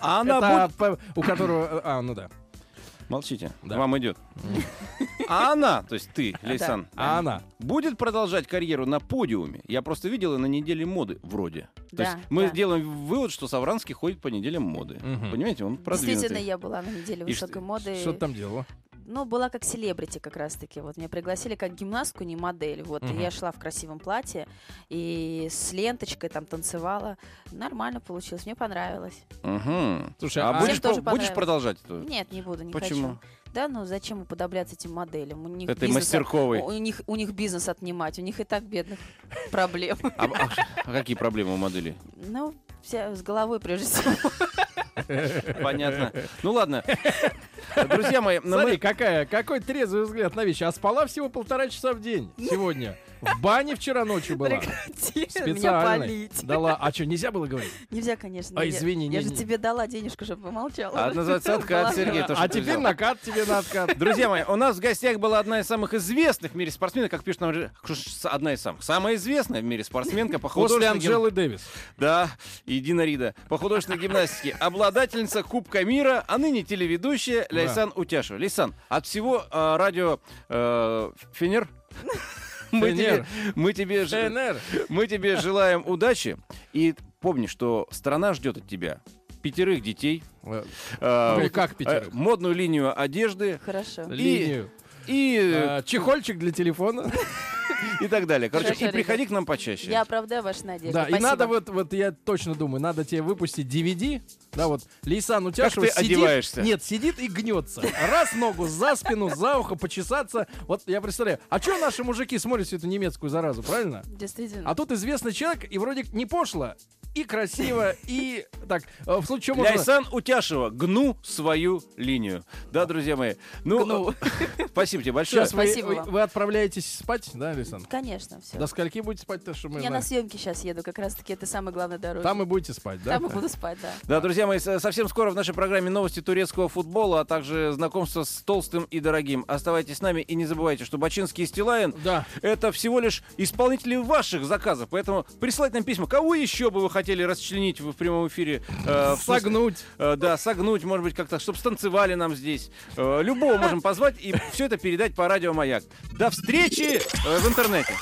Speaker 3: А она
Speaker 2: Это п- у которого... А, ну да.
Speaker 3: будет... Молчите,
Speaker 2: Да.
Speaker 3: вам
Speaker 2: <laughs>
Speaker 3: идет. А она, то есть ты, Лейсан,
Speaker 2: А она?
Speaker 3: будет продолжать карьеру на подиуме? Я просто видела на неделе моды вроде. То
Speaker 5: Да,
Speaker 3: есть мы
Speaker 5: да.
Speaker 3: делаем вывод, что Савранский ходит по неделям моды.
Speaker 2: Мгм.
Speaker 3: Понимаете, он
Speaker 5: Действительно,
Speaker 3: продвинутый.
Speaker 5: я была на неделе
Speaker 3: И что-
Speaker 5: высокой моды.
Speaker 2: Что ты там делала?
Speaker 5: Ну, была как селебрити как раз-таки. Вот меня пригласили как гимнастку, не модель. Вот, и
Speaker 2: Мгм.
Speaker 5: я шла в красивом платье и с ленточкой там танцевала. Нормально получилось, мне понравилось.
Speaker 3: Мгм.
Speaker 2: Слушай,
Speaker 3: а
Speaker 2: а-
Speaker 3: будешь,
Speaker 5: Всем тоже
Speaker 3: по- будешь
Speaker 5: понравилось.
Speaker 3: продолжать это?
Speaker 5: Нет, не буду, не
Speaker 3: Почему?
Speaker 5: хочу. Да, ну зачем уподобляться этим моделям? У них
Speaker 3: Этой
Speaker 5: бизнес-
Speaker 3: мастерковой.
Speaker 5: У них, у них бизнес отнимать, у них и так бедных <laughs> проблем.
Speaker 3: А, а- а <laughs> какие проблемы у модели?
Speaker 5: Ну, вся с головой
Speaker 2: <laughs>
Speaker 5: прежде всего.
Speaker 3: Понятно. Ну ладно. Друзья мои, ну,
Speaker 2: Смотри,
Speaker 3: мы-
Speaker 2: какая, какой трезвый взгляд на вещи. А спала всего полтора часа в день сегодня. В бане вчера ночью была.
Speaker 5: Прекрати <laughs> меня
Speaker 2: Специально.
Speaker 5: палить.
Speaker 2: Дала. А что, нельзя было говорить?
Speaker 5: Нельзя, конечно.
Speaker 2: А,
Speaker 5: я-
Speaker 2: извини,
Speaker 5: Я же
Speaker 2: не-не.
Speaker 5: тебе дала денежку, чтобы помолчала.
Speaker 3: Одна
Speaker 5: <laughs>
Speaker 3: двадцатка от Сергея. то, что
Speaker 2: А
Speaker 3: ты
Speaker 2: теперь
Speaker 3: взял.
Speaker 2: накат тебе на откат.
Speaker 3: <laughs> Друзья мои, у нас в гостях была одна из самых известных в мире спортсменок, как пишет нам ре- Что ж, с- одна из самых, самая известная в мире спортсменка по
Speaker 2: После
Speaker 3: художественной гим-
Speaker 2: Анжелы Дэвис.
Speaker 3: Да, и Дина Рида. По художественной гимнастике. Обладательница Кубка мира, а ныне телеведущая Лейсан Утяшева. Лейсан, от всего э, радио э,
Speaker 2: <laughs>
Speaker 3: Фенер... Мы тебе,
Speaker 2: Фенер.
Speaker 3: мы, тебе, ж-
Speaker 2: ШНР.
Speaker 3: мы тебе желаем удачи. И помни, что страна ждет от тебя пятерых детей. э,
Speaker 2: Ну, как
Speaker 3: э,
Speaker 2: пятерых?
Speaker 3: Модную линию одежды
Speaker 5: Хорошо.
Speaker 2: Линию.
Speaker 3: и э,
Speaker 2: А, Чехольчик для телефона.
Speaker 3: и так далее. Короче,
Speaker 5: Хорошо,
Speaker 3: и приходи
Speaker 5: ребят.
Speaker 3: к нам почаще.
Speaker 5: Я оправдаю ваши надежды.
Speaker 2: Да, и
Speaker 5: Спасибо.
Speaker 2: надо вот, вот я точно думаю, надо тебе выпустить DVD, да, вот Лейсан Утяшева
Speaker 3: ты
Speaker 2: сидит,
Speaker 3: одеваешься?
Speaker 2: нет, сидит и гнется. Раз ногу за спину, за ухо почесаться. Вот я представляю, а что наши мужики смотрят всю эту немецкую заразу, правильно?
Speaker 5: Действительно.
Speaker 2: А тут известный человек, и вроде не пошло, и красиво, и так. э, В случае чего можно...
Speaker 3: Ляйсан Утяшева, гну свою линию. Да, друзья мои? Ну, <laughs> спасибо тебе большое.
Speaker 2: Сейчас вы,
Speaker 5: Спасибо
Speaker 2: вы-
Speaker 5: вам.
Speaker 2: вы отправляетесь спать, да, Александр?
Speaker 5: Конечно, все.
Speaker 2: До скольки будете спать-то, что мы
Speaker 5: Я на
Speaker 2: знаем?
Speaker 5: съемки сейчас еду, как раз-таки это самый главный дорога.
Speaker 2: Там и будете спать, да?
Speaker 5: Там и буду спать, да.
Speaker 3: Да, друзья мои, со- совсем скоро в нашей программе новости турецкого футбола, а также знакомство с толстым и дорогим. Оставайтесь с нами и не забывайте, что Бачинский и Стилаин
Speaker 2: Да.
Speaker 3: это всего лишь исполнители ваших заказов. Поэтому присылайте нам письма. Кого еще бы вы хотели расчленить в в прямом эфире? э, в смысле,
Speaker 2: Согнуть.
Speaker 3: э, да, согнуть, может быть, как-то, чтобы станцевали нам здесь. Э, любого можем позвать и все это передать по радио Маяк. До встречи э, в интернете.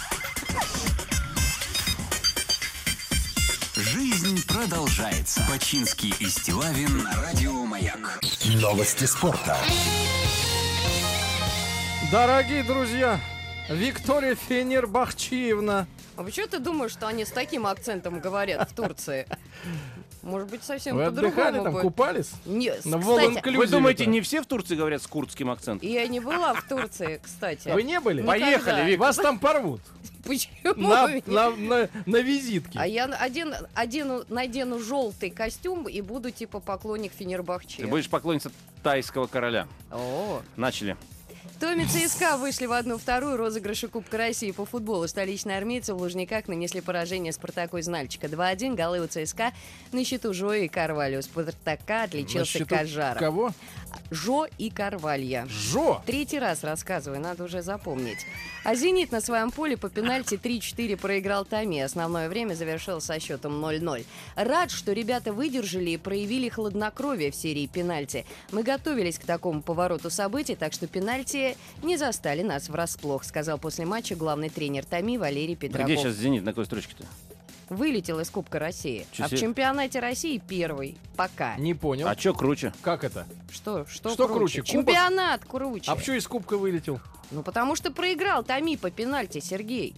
Speaker 7: Жизнь продолжается. Бачинский и Стилавин на радио Маяк.
Speaker 4: Новости спорта.
Speaker 2: Дорогие друзья, Виктория Фенербахчиевна.
Speaker 8: А почему ты думаешь, что они с таким акцентом говорят в Турции? Может быть, совсем
Speaker 2: Вы отдыхали
Speaker 8: по-другому
Speaker 2: там,
Speaker 8: будет.
Speaker 2: купались?
Speaker 8: Не, с-
Speaker 2: На
Speaker 8: кстати,
Speaker 2: Волан-Клюзе
Speaker 3: Вы думаете,
Speaker 2: это?
Speaker 3: не все в Турции говорят с курдским акцентом?
Speaker 8: я не была в Турции, кстати.
Speaker 2: Вы не были?
Speaker 8: Никогда.
Speaker 3: Поехали, Вик.
Speaker 2: Вас там порвут.
Speaker 8: <laughs> Почему?
Speaker 2: На,
Speaker 8: вы не-
Speaker 2: на- на- на визитке.
Speaker 8: А я один, одену, надену желтый костюм и буду типа поклонник Фенербахче.
Speaker 3: Ты будешь поклонница тайского короля.
Speaker 8: О.
Speaker 3: Начали.
Speaker 8: Томи ЦСКА вышли в одну-вторую розыгрыши Кубка России по футболу. Столичные армейцы в Лужниках нанесли поражение Спартаку из Нальчика. 2-1, голы у ЦСКА на счету Жо и Карвалью. У Спартака
Speaker 2: На
Speaker 8: отличился
Speaker 2: счету
Speaker 8: Кажара.
Speaker 2: Кого?
Speaker 8: Жо и Карвалья.
Speaker 2: Жо.
Speaker 8: Третий раз рассказываю, надо уже запомнить. А «Зенит» на своем поле по пенальти 3-4 проиграл Томи. Основное время завершил со счетом 0-0. Рад, что ребята выдержали и проявили хладнокровие в серии пенальти. Мы готовились к такому повороту событий, так что пенальти не застали нас врасплох, сказал после матча главный тренер Томи Валерий Петраков.
Speaker 3: Где сейчас Зенит? На какой строчке-то?
Speaker 8: Вылетел из Кубка России.
Speaker 3: Чё
Speaker 8: а в
Speaker 3: се-
Speaker 8: чемпионате России первый. Пока.
Speaker 2: Не понял.
Speaker 3: А чё круче?
Speaker 2: Как это?
Speaker 8: Что, что,
Speaker 2: Что круче,
Speaker 8: круче?
Speaker 2: Кубок?
Speaker 8: Чемпионат круче.
Speaker 2: А почему из кубка вылетел?
Speaker 8: Ну, потому что проиграл Томи по пенальти, Сергей.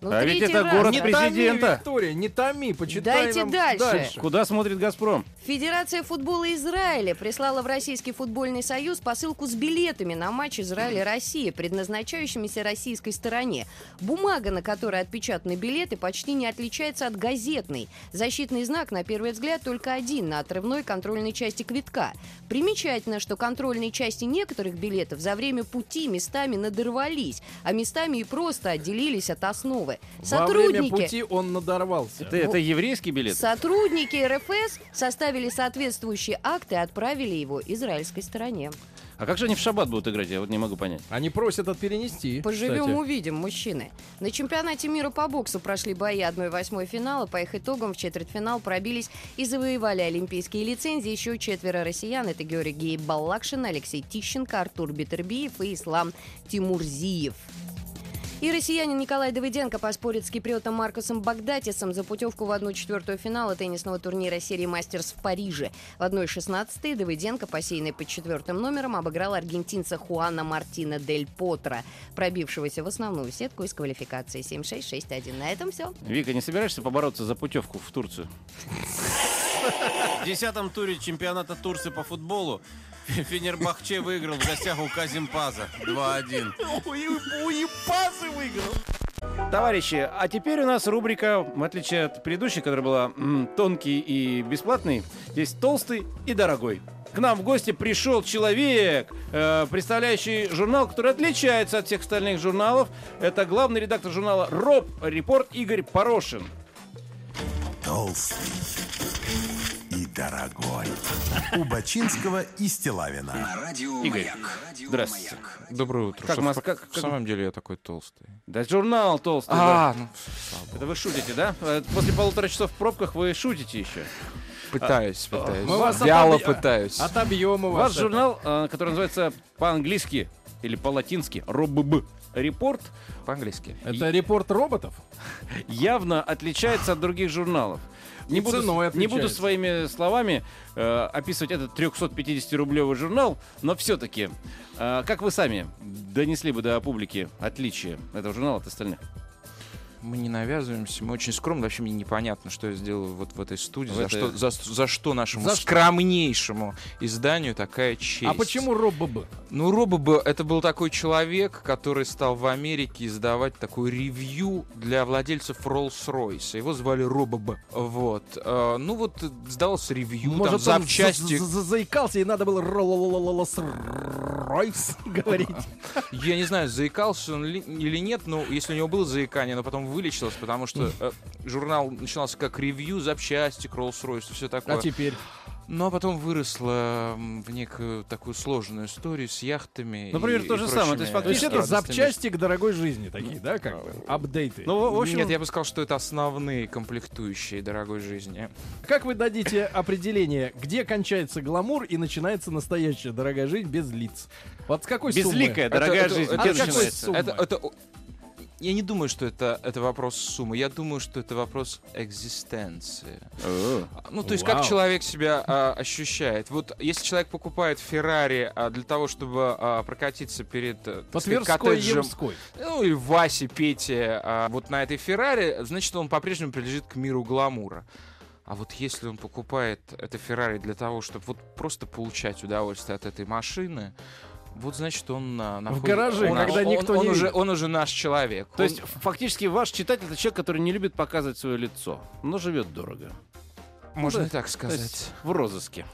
Speaker 8: Ну,
Speaker 3: А ведь
Speaker 8: третий
Speaker 3: это
Speaker 8: раз.
Speaker 3: город
Speaker 8: да.
Speaker 2: Не томи,
Speaker 3: президента.
Speaker 2: Виктория, не томи, почитай
Speaker 8: Дайте
Speaker 2: нам
Speaker 8: дальше.
Speaker 3: Куда смотрит «Газпром»?
Speaker 8: Федерация футбола Израиля прислала в Российский футбольный союз посылку с билетами на матч Израиля-Россия, предназначающимися российской стороне. Бумага, на которой отпечатаны билеты, почти не отличается от газетной. Защитный знак, на первый взгляд, только один на отрывной контрольной части квитка. Примечательно, что контрольные части некоторых билетов за время пути местами надорвались, а местами и просто отделились от основы.
Speaker 2: Во время пути он надорвался.
Speaker 3: Это, это еврейский билет?
Speaker 8: Сотрудники РФС составили соответствующие акты и отправили его израильской стороне.
Speaker 3: А как же они в шаббат будут играть? Я вот не могу понять.
Speaker 2: Они просят это перенести.
Speaker 8: Поживем,
Speaker 2: кстати.
Speaker 8: увидим, мужчины. На чемпионате мира по боксу прошли бои 1-8 финала. По их итогам в четвертьфинал пробились и завоевали олимпийские лицензии еще четверо россиян. Это Георгий Баллакшин, Алексей Тищенко, Артур Бетербиев и Ислам Тимурзиев. И россиянин Николай Давыденко поспорит с киприотом Маркусом Багдатисом за путевку в 1-4 финала теннисного турнира серии «Мастерс» в Париже. В 1-16 Давыденко, посеянный под четвертым номером, обыграл аргентинца Хуана Мартина Дель Потро, пробившегося в основную сетку из квалификации 7-6-6-1. На этом все.
Speaker 3: Вика, не собираешься побороться за путевку в Турцию? В десятом туре чемпионата Турции по футболу
Speaker 1: Фенербахче выиграл в гостях у Казимпаза 2-1.
Speaker 3: Товарищи, а теперь у нас рубрика, в отличие от предыдущей, которая была м, тонкий и бесплатный, здесь толстый и дорогой. К нам в гости пришел человек, э, представляющий журнал, который отличается от всех остальных журналов. Это главный редактор журнала «Роб Репорт» Игорь Порошин.
Speaker 4: Толстый и дорогой. У Бачинского и Стилавина.
Speaker 7: На радио
Speaker 3: Игорь,
Speaker 7: Маяк. Радио
Speaker 3: здравствуйте.
Speaker 7: Маяк.
Speaker 9: Доброе утро.
Speaker 3: Как
Speaker 9: Что
Speaker 3: Мос-
Speaker 9: в-
Speaker 3: как-
Speaker 9: В
Speaker 3: как-
Speaker 9: самом деле я такой толстый.
Speaker 3: Да, журнал толстый. да.
Speaker 9: А, ну,
Speaker 3: Это вы шутите, да? Э, После полутора часов в пробках вы шутите еще.
Speaker 9: пытаюсь, пытаюсь.
Speaker 2: Мы вас А?
Speaker 9: Вяло
Speaker 2: отобь-
Speaker 9: пытаюсь.
Speaker 2: От объема
Speaker 3: У вас
Speaker 2: вас.
Speaker 3: журнал, э, который называется по-английски или по-латински «Робб Репорт»,
Speaker 9: По-английски.
Speaker 2: Это репорт роботов?
Speaker 3: явно отличается от других журналов. Не
Speaker 2: И
Speaker 3: буду,
Speaker 2: ценой
Speaker 3: не буду
Speaker 2: отличается.
Speaker 3: своими словами э, описывать этот 350-рублевый журнал, но э, все-таки, как вы сами донесли бы до публики отличие этого журнала от остальных?
Speaker 9: Мы не навязываемся, мы очень скромны. Вообще мне непонятно, что я сделал вот в этой студии.
Speaker 3: В
Speaker 9: за,
Speaker 3: этой-
Speaker 9: Что, за, за что нашему
Speaker 2: За что?
Speaker 9: скромнейшему изданию такая честь.
Speaker 2: А почему Роб Б?
Speaker 9: Ну, Роба был, это был такой человек, который стал в Америке издавать такую ревью для владельцев Rolls-Royce. Его звали Роба Б. Вот. Э, Ну вот э, сдавался ревью, там
Speaker 2: Может, он
Speaker 9: запчасти.
Speaker 2: за- за- заикался, и надо было Ройс <laughs> говорить.
Speaker 9: Я не знаю, заикался он ли- или нет, но если у него было заикание, но потом вылечилось, потому что э, журнал начинался как ревью запчасти к Rolls-Royce и все такое.
Speaker 2: А теперь?
Speaker 9: Ну а потом выросло м, в некую такую сложную историю с яхтами.
Speaker 3: Например,
Speaker 9: и-
Speaker 3: то
Speaker 9: и
Speaker 3: же самое, то есть
Speaker 9: прочими
Speaker 2: То есть это
Speaker 9: радостями.
Speaker 2: запчасти к дорогой жизни такие, да, как бы? Апдейты.
Speaker 3: Ну, в- в общем,
Speaker 9: Нет, я бы сказал, что это основные комплектующие дорогой жизни.
Speaker 2: Как вы дадите определение, где кончается гламур и начинается настоящая дорогая жизнь без лиц? Вот с какой
Speaker 3: безликая,
Speaker 2: суммы?
Speaker 3: дорогая
Speaker 9: это-
Speaker 3: жизнь.
Speaker 9: это
Speaker 3: где
Speaker 9: какой
Speaker 3: начинается?
Speaker 2: Сумма.
Speaker 9: Это, это о- я не думаю, что это, это вопрос суммы. Я думаю, что это вопрос экзистенции. Ну, то есть,
Speaker 2: Вау.
Speaker 9: как человек себя а, ощущает. Вот если человек покупает Феррари а, для того, чтобы а, прокатиться перед а, так
Speaker 2: По
Speaker 9: сказать,
Speaker 2: Тверской,
Speaker 9: коттеджем,
Speaker 2: Ямской.
Speaker 9: ну или Васе, Пете, а, вот на этой Феррари, значит, он по-прежнему прилежит к миру гламура. А вот если он покупает это Феррари для того, чтобы вот просто получать удовольствие от этой машины, вот значит он на, находит-
Speaker 2: гараже,
Speaker 9: он-
Speaker 2: когда
Speaker 9: он-
Speaker 2: никто
Speaker 9: он
Speaker 2: не
Speaker 9: уже,
Speaker 2: видит.
Speaker 9: он уже наш человек.
Speaker 3: То
Speaker 9: Он-
Speaker 3: есть, ф- фактически, ваш читатель это человек, который не любит показывать свое лицо, но живет дорого.
Speaker 9: можно
Speaker 3: да,
Speaker 9: и так
Speaker 3: То
Speaker 9: сказать.
Speaker 3: есть, в розыске.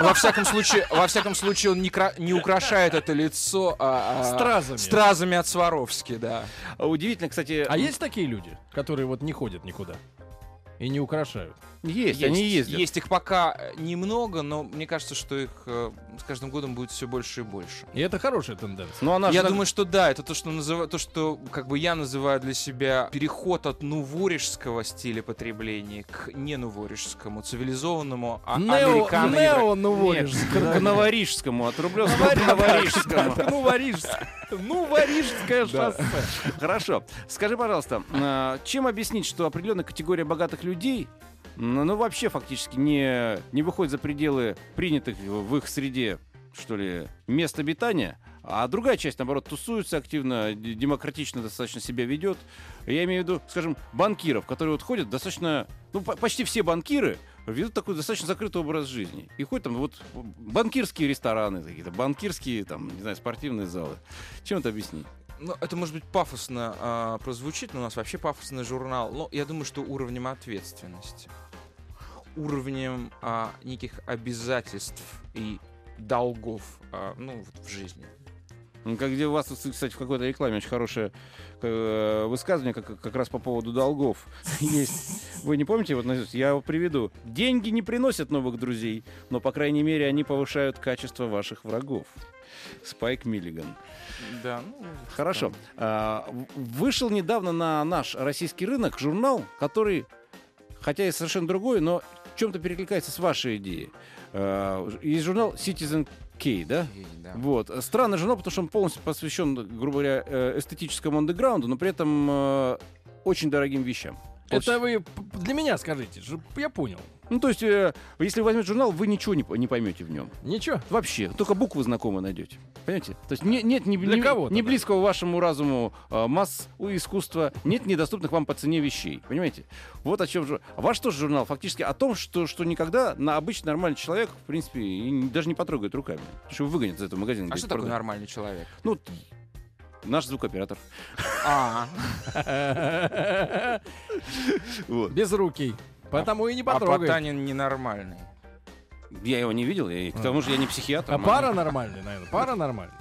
Speaker 9: Во всяком случае, во всяком случае, он не, кра- не украшает это лицо а, а,
Speaker 2: Стразами.
Speaker 9: стразами от Сваровски, да.
Speaker 3: А Удивительно, кстати,
Speaker 2: А есть такие люди, которые вот не ходят никуда? И не украшают.
Speaker 3: есть, они ездят.
Speaker 9: Есть их пока э, немного, но мне кажется, что их э, с каждым годом будет все больше и больше.
Speaker 2: И это хорошая тенденция.
Speaker 3: Ну, она
Speaker 9: я
Speaker 3: же-
Speaker 9: думаю, что да, это то, что называю, то, что как бы я называю для себя переход от нуворижского стиля потребления к ненуворижскому, цивилизованному, а-
Speaker 2: Нео,
Speaker 9: американо-
Speaker 2: нео
Speaker 3: Нет,
Speaker 2: новоришь.
Speaker 3: к- к новорижскому, от Рублевского к новорижскому.
Speaker 2: Ну, Ворижское. Ну, Ворижское
Speaker 3: Да.
Speaker 2: шоссе.
Speaker 3: Хорошо. Скажи, пожалуйста, э, чем объяснить, что определенная категория богатых людей, ну, ну, вообще фактически не, не выходит за пределы принятых в в их среде, что ли, мест обитания, а другая часть, наоборот, тусуется активно, д- демократично достаточно себя ведет. Я имею в виду, скажем, банкиров, которые вот ходят достаточно... Ну, по- почти все банкиры ведут такой достаточно закрытый образ жизни. И ходят там вот банкирские рестораны какие-то, банкирские, там, не знаю, спортивные залы. Чем это объяснить?
Speaker 9: Ну, это может быть пафосно а, прозвучит, но у нас вообще пафосный журнал. Но я думаю, что уровнем ответственности, уровнем а, неких обязательств и долгов, а, ну, вот в жизни.
Speaker 3: Ну, Как где у вас, кстати, в какой-то рекламе очень хорошее э, высказывание как, как раз по поводу долгов <laughs> есть. Вы не помните? Вот наизусть? я его приведу. Деньги не приносят новых друзей, но, по крайней мере, они повышают качество ваших врагов. Спайк Миллиган.
Speaker 9: Да, ну,
Speaker 3: Хорошо. А, в- Вышел недавно на наш российский рынок журнал, который, хотя и совершенно другой, но в чем-то перекликается с вашей идеей. А, Есть журнал Citizen K, да?
Speaker 9: и да. А
Speaker 3: Вот. Странный журнал, потому что он полностью посвящен, грубо говоря, э, эстетическому андеграунду, но при этом э, очень дорогим вещам.
Speaker 2: Это вы п- для меня скажите. ж- Я понял.
Speaker 3: Ну, то есть, э, если вы возьмете журнал, вы ничего не, по- не поймете в нем.
Speaker 2: Ничего.
Speaker 3: Вообще, только буквы знакомые найдете. Понимаете? То есть не- нет ни,
Speaker 2: Для
Speaker 3: ни-
Speaker 2: кого-то,
Speaker 3: ни
Speaker 2: да.
Speaker 3: близкого вашему разуму э, масс у искусства, нет недоступных вам по цене вещей. Понимаете? Вот о чем же. А Ваш тоже журнал фактически о том, что, что никогда на обычный нормальный человек, в принципе, и не- даже не потрогает руками. Потому что его выгонят из этого магазина.
Speaker 9: А
Speaker 3: говорит,
Speaker 9: что такое
Speaker 3: «Продай».
Speaker 9: нормальный человек?
Speaker 3: Ну, т- наш звукооператор.
Speaker 9: А,
Speaker 3: Вот.
Speaker 2: Без руки. Потому и не
Speaker 9: а
Speaker 2: потрогай.
Speaker 9: Потанин ненормальный.
Speaker 3: Я его не видел, я, и к тому же я не психиатр.
Speaker 2: А пара нормальная, наверное. Пара нормальная.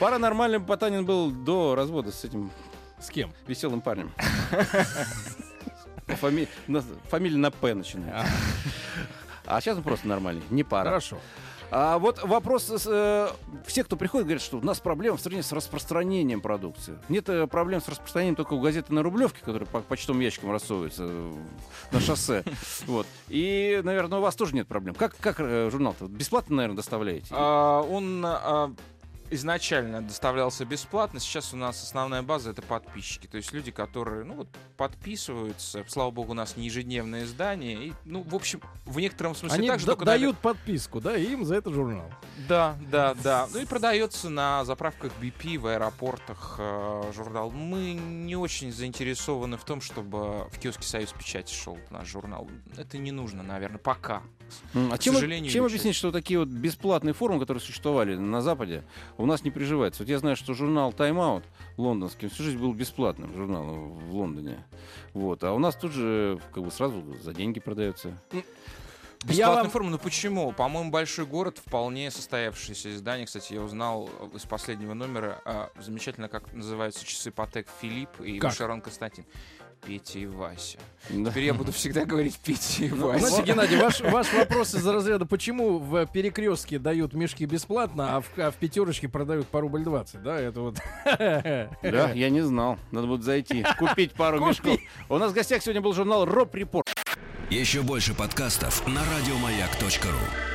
Speaker 3: Паранормальным Потанин был до развода с этим
Speaker 2: С кем?
Speaker 3: веселым парнем. Фами- на- Фамилия на П начинается. А сейчас он просто нормальный, не пара.
Speaker 2: Хорошо.
Speaker 3: А вот вопрос, с, э, все, кто приходит, говорят, что у нас проблема в стране с распространением продукции. Нет э, проблем с распространением только у газеты на Рублевке, которая по почтовым ящикам рассовывается э, на шоссе. Вот. И, наверное, у вас тоже нет проблем. Как, как э, журнал-то? Бесплатно, наверное, доставляете?
Speaker 9: А, Он а, изначально доставлялся бесплатно. Сейчас у нас основная база это подписчики. То есть люди, которые, ну вот, подписываются. Слава богу, у нас не ежедневное издание. И, ну, в общем, в некотором смысле
Speaker 2: Они
Speaker 9: так же,
Speaker 2: да-
Speaker 9: только на-
Speaker 2: дают подписку, да, и им за это журнал.
Speaker 9: Да, да, да. Ну и продается на заправках BP, в аэропортах э, журнал. Мы не очень заинтересованы в том, чтобы в киоске «Союз печати» шел наш журнал. Это не нужно, наверное, пока.
Speaker 3: М, А
Speaker 9: К
Speaker 3: чем,
Speaker 9: сожалению
Speaker 3: чем
Speaker 9: или к
Speaker 3: объяснить, что такие вот бесплатные форумы, которые существовали на Западе, у нас не приживаются? Вот я знаю, что журнал Time Out лондонский он всю жизнь был бесплатным журналом в Лондоне. Вот. А у нас тут же как бы сразу за деньги продается.
Speaker 9: Бесплатная
Speaker 2: вам-
Speaker 9: форма, ну почему? По-моему, большой город вполне состоявшееся издание. Кстати, я узнал э, из последнего номера а, замечательно, как называются часы Патек Филипп и
Speaker 2: Как?
Speaker 9: Шарон Константин. Петя
Speaker 2: <laughs>
Speaker 9: и Вася.
Speaker 3: Да.
Speaker 9: Теперь я буду всегда говорить Петя и
Speaker 2: Знаете,
Speaker 9: Вася.
Speaker 2: Геннадий, ваш, ваш вопрос из разряда, почему в перекрестке дают мешки бесплатно, а в, а в пятерочке продают по рубль 20, да, это вот...
Speaker 3: Да, я не знал. Надо будет зайти, купить пару мешков. У нас в гостях сегодня был журнал Роб Репорт.
Speaker 7: Еще больше подкастов на радиомаяк.ру.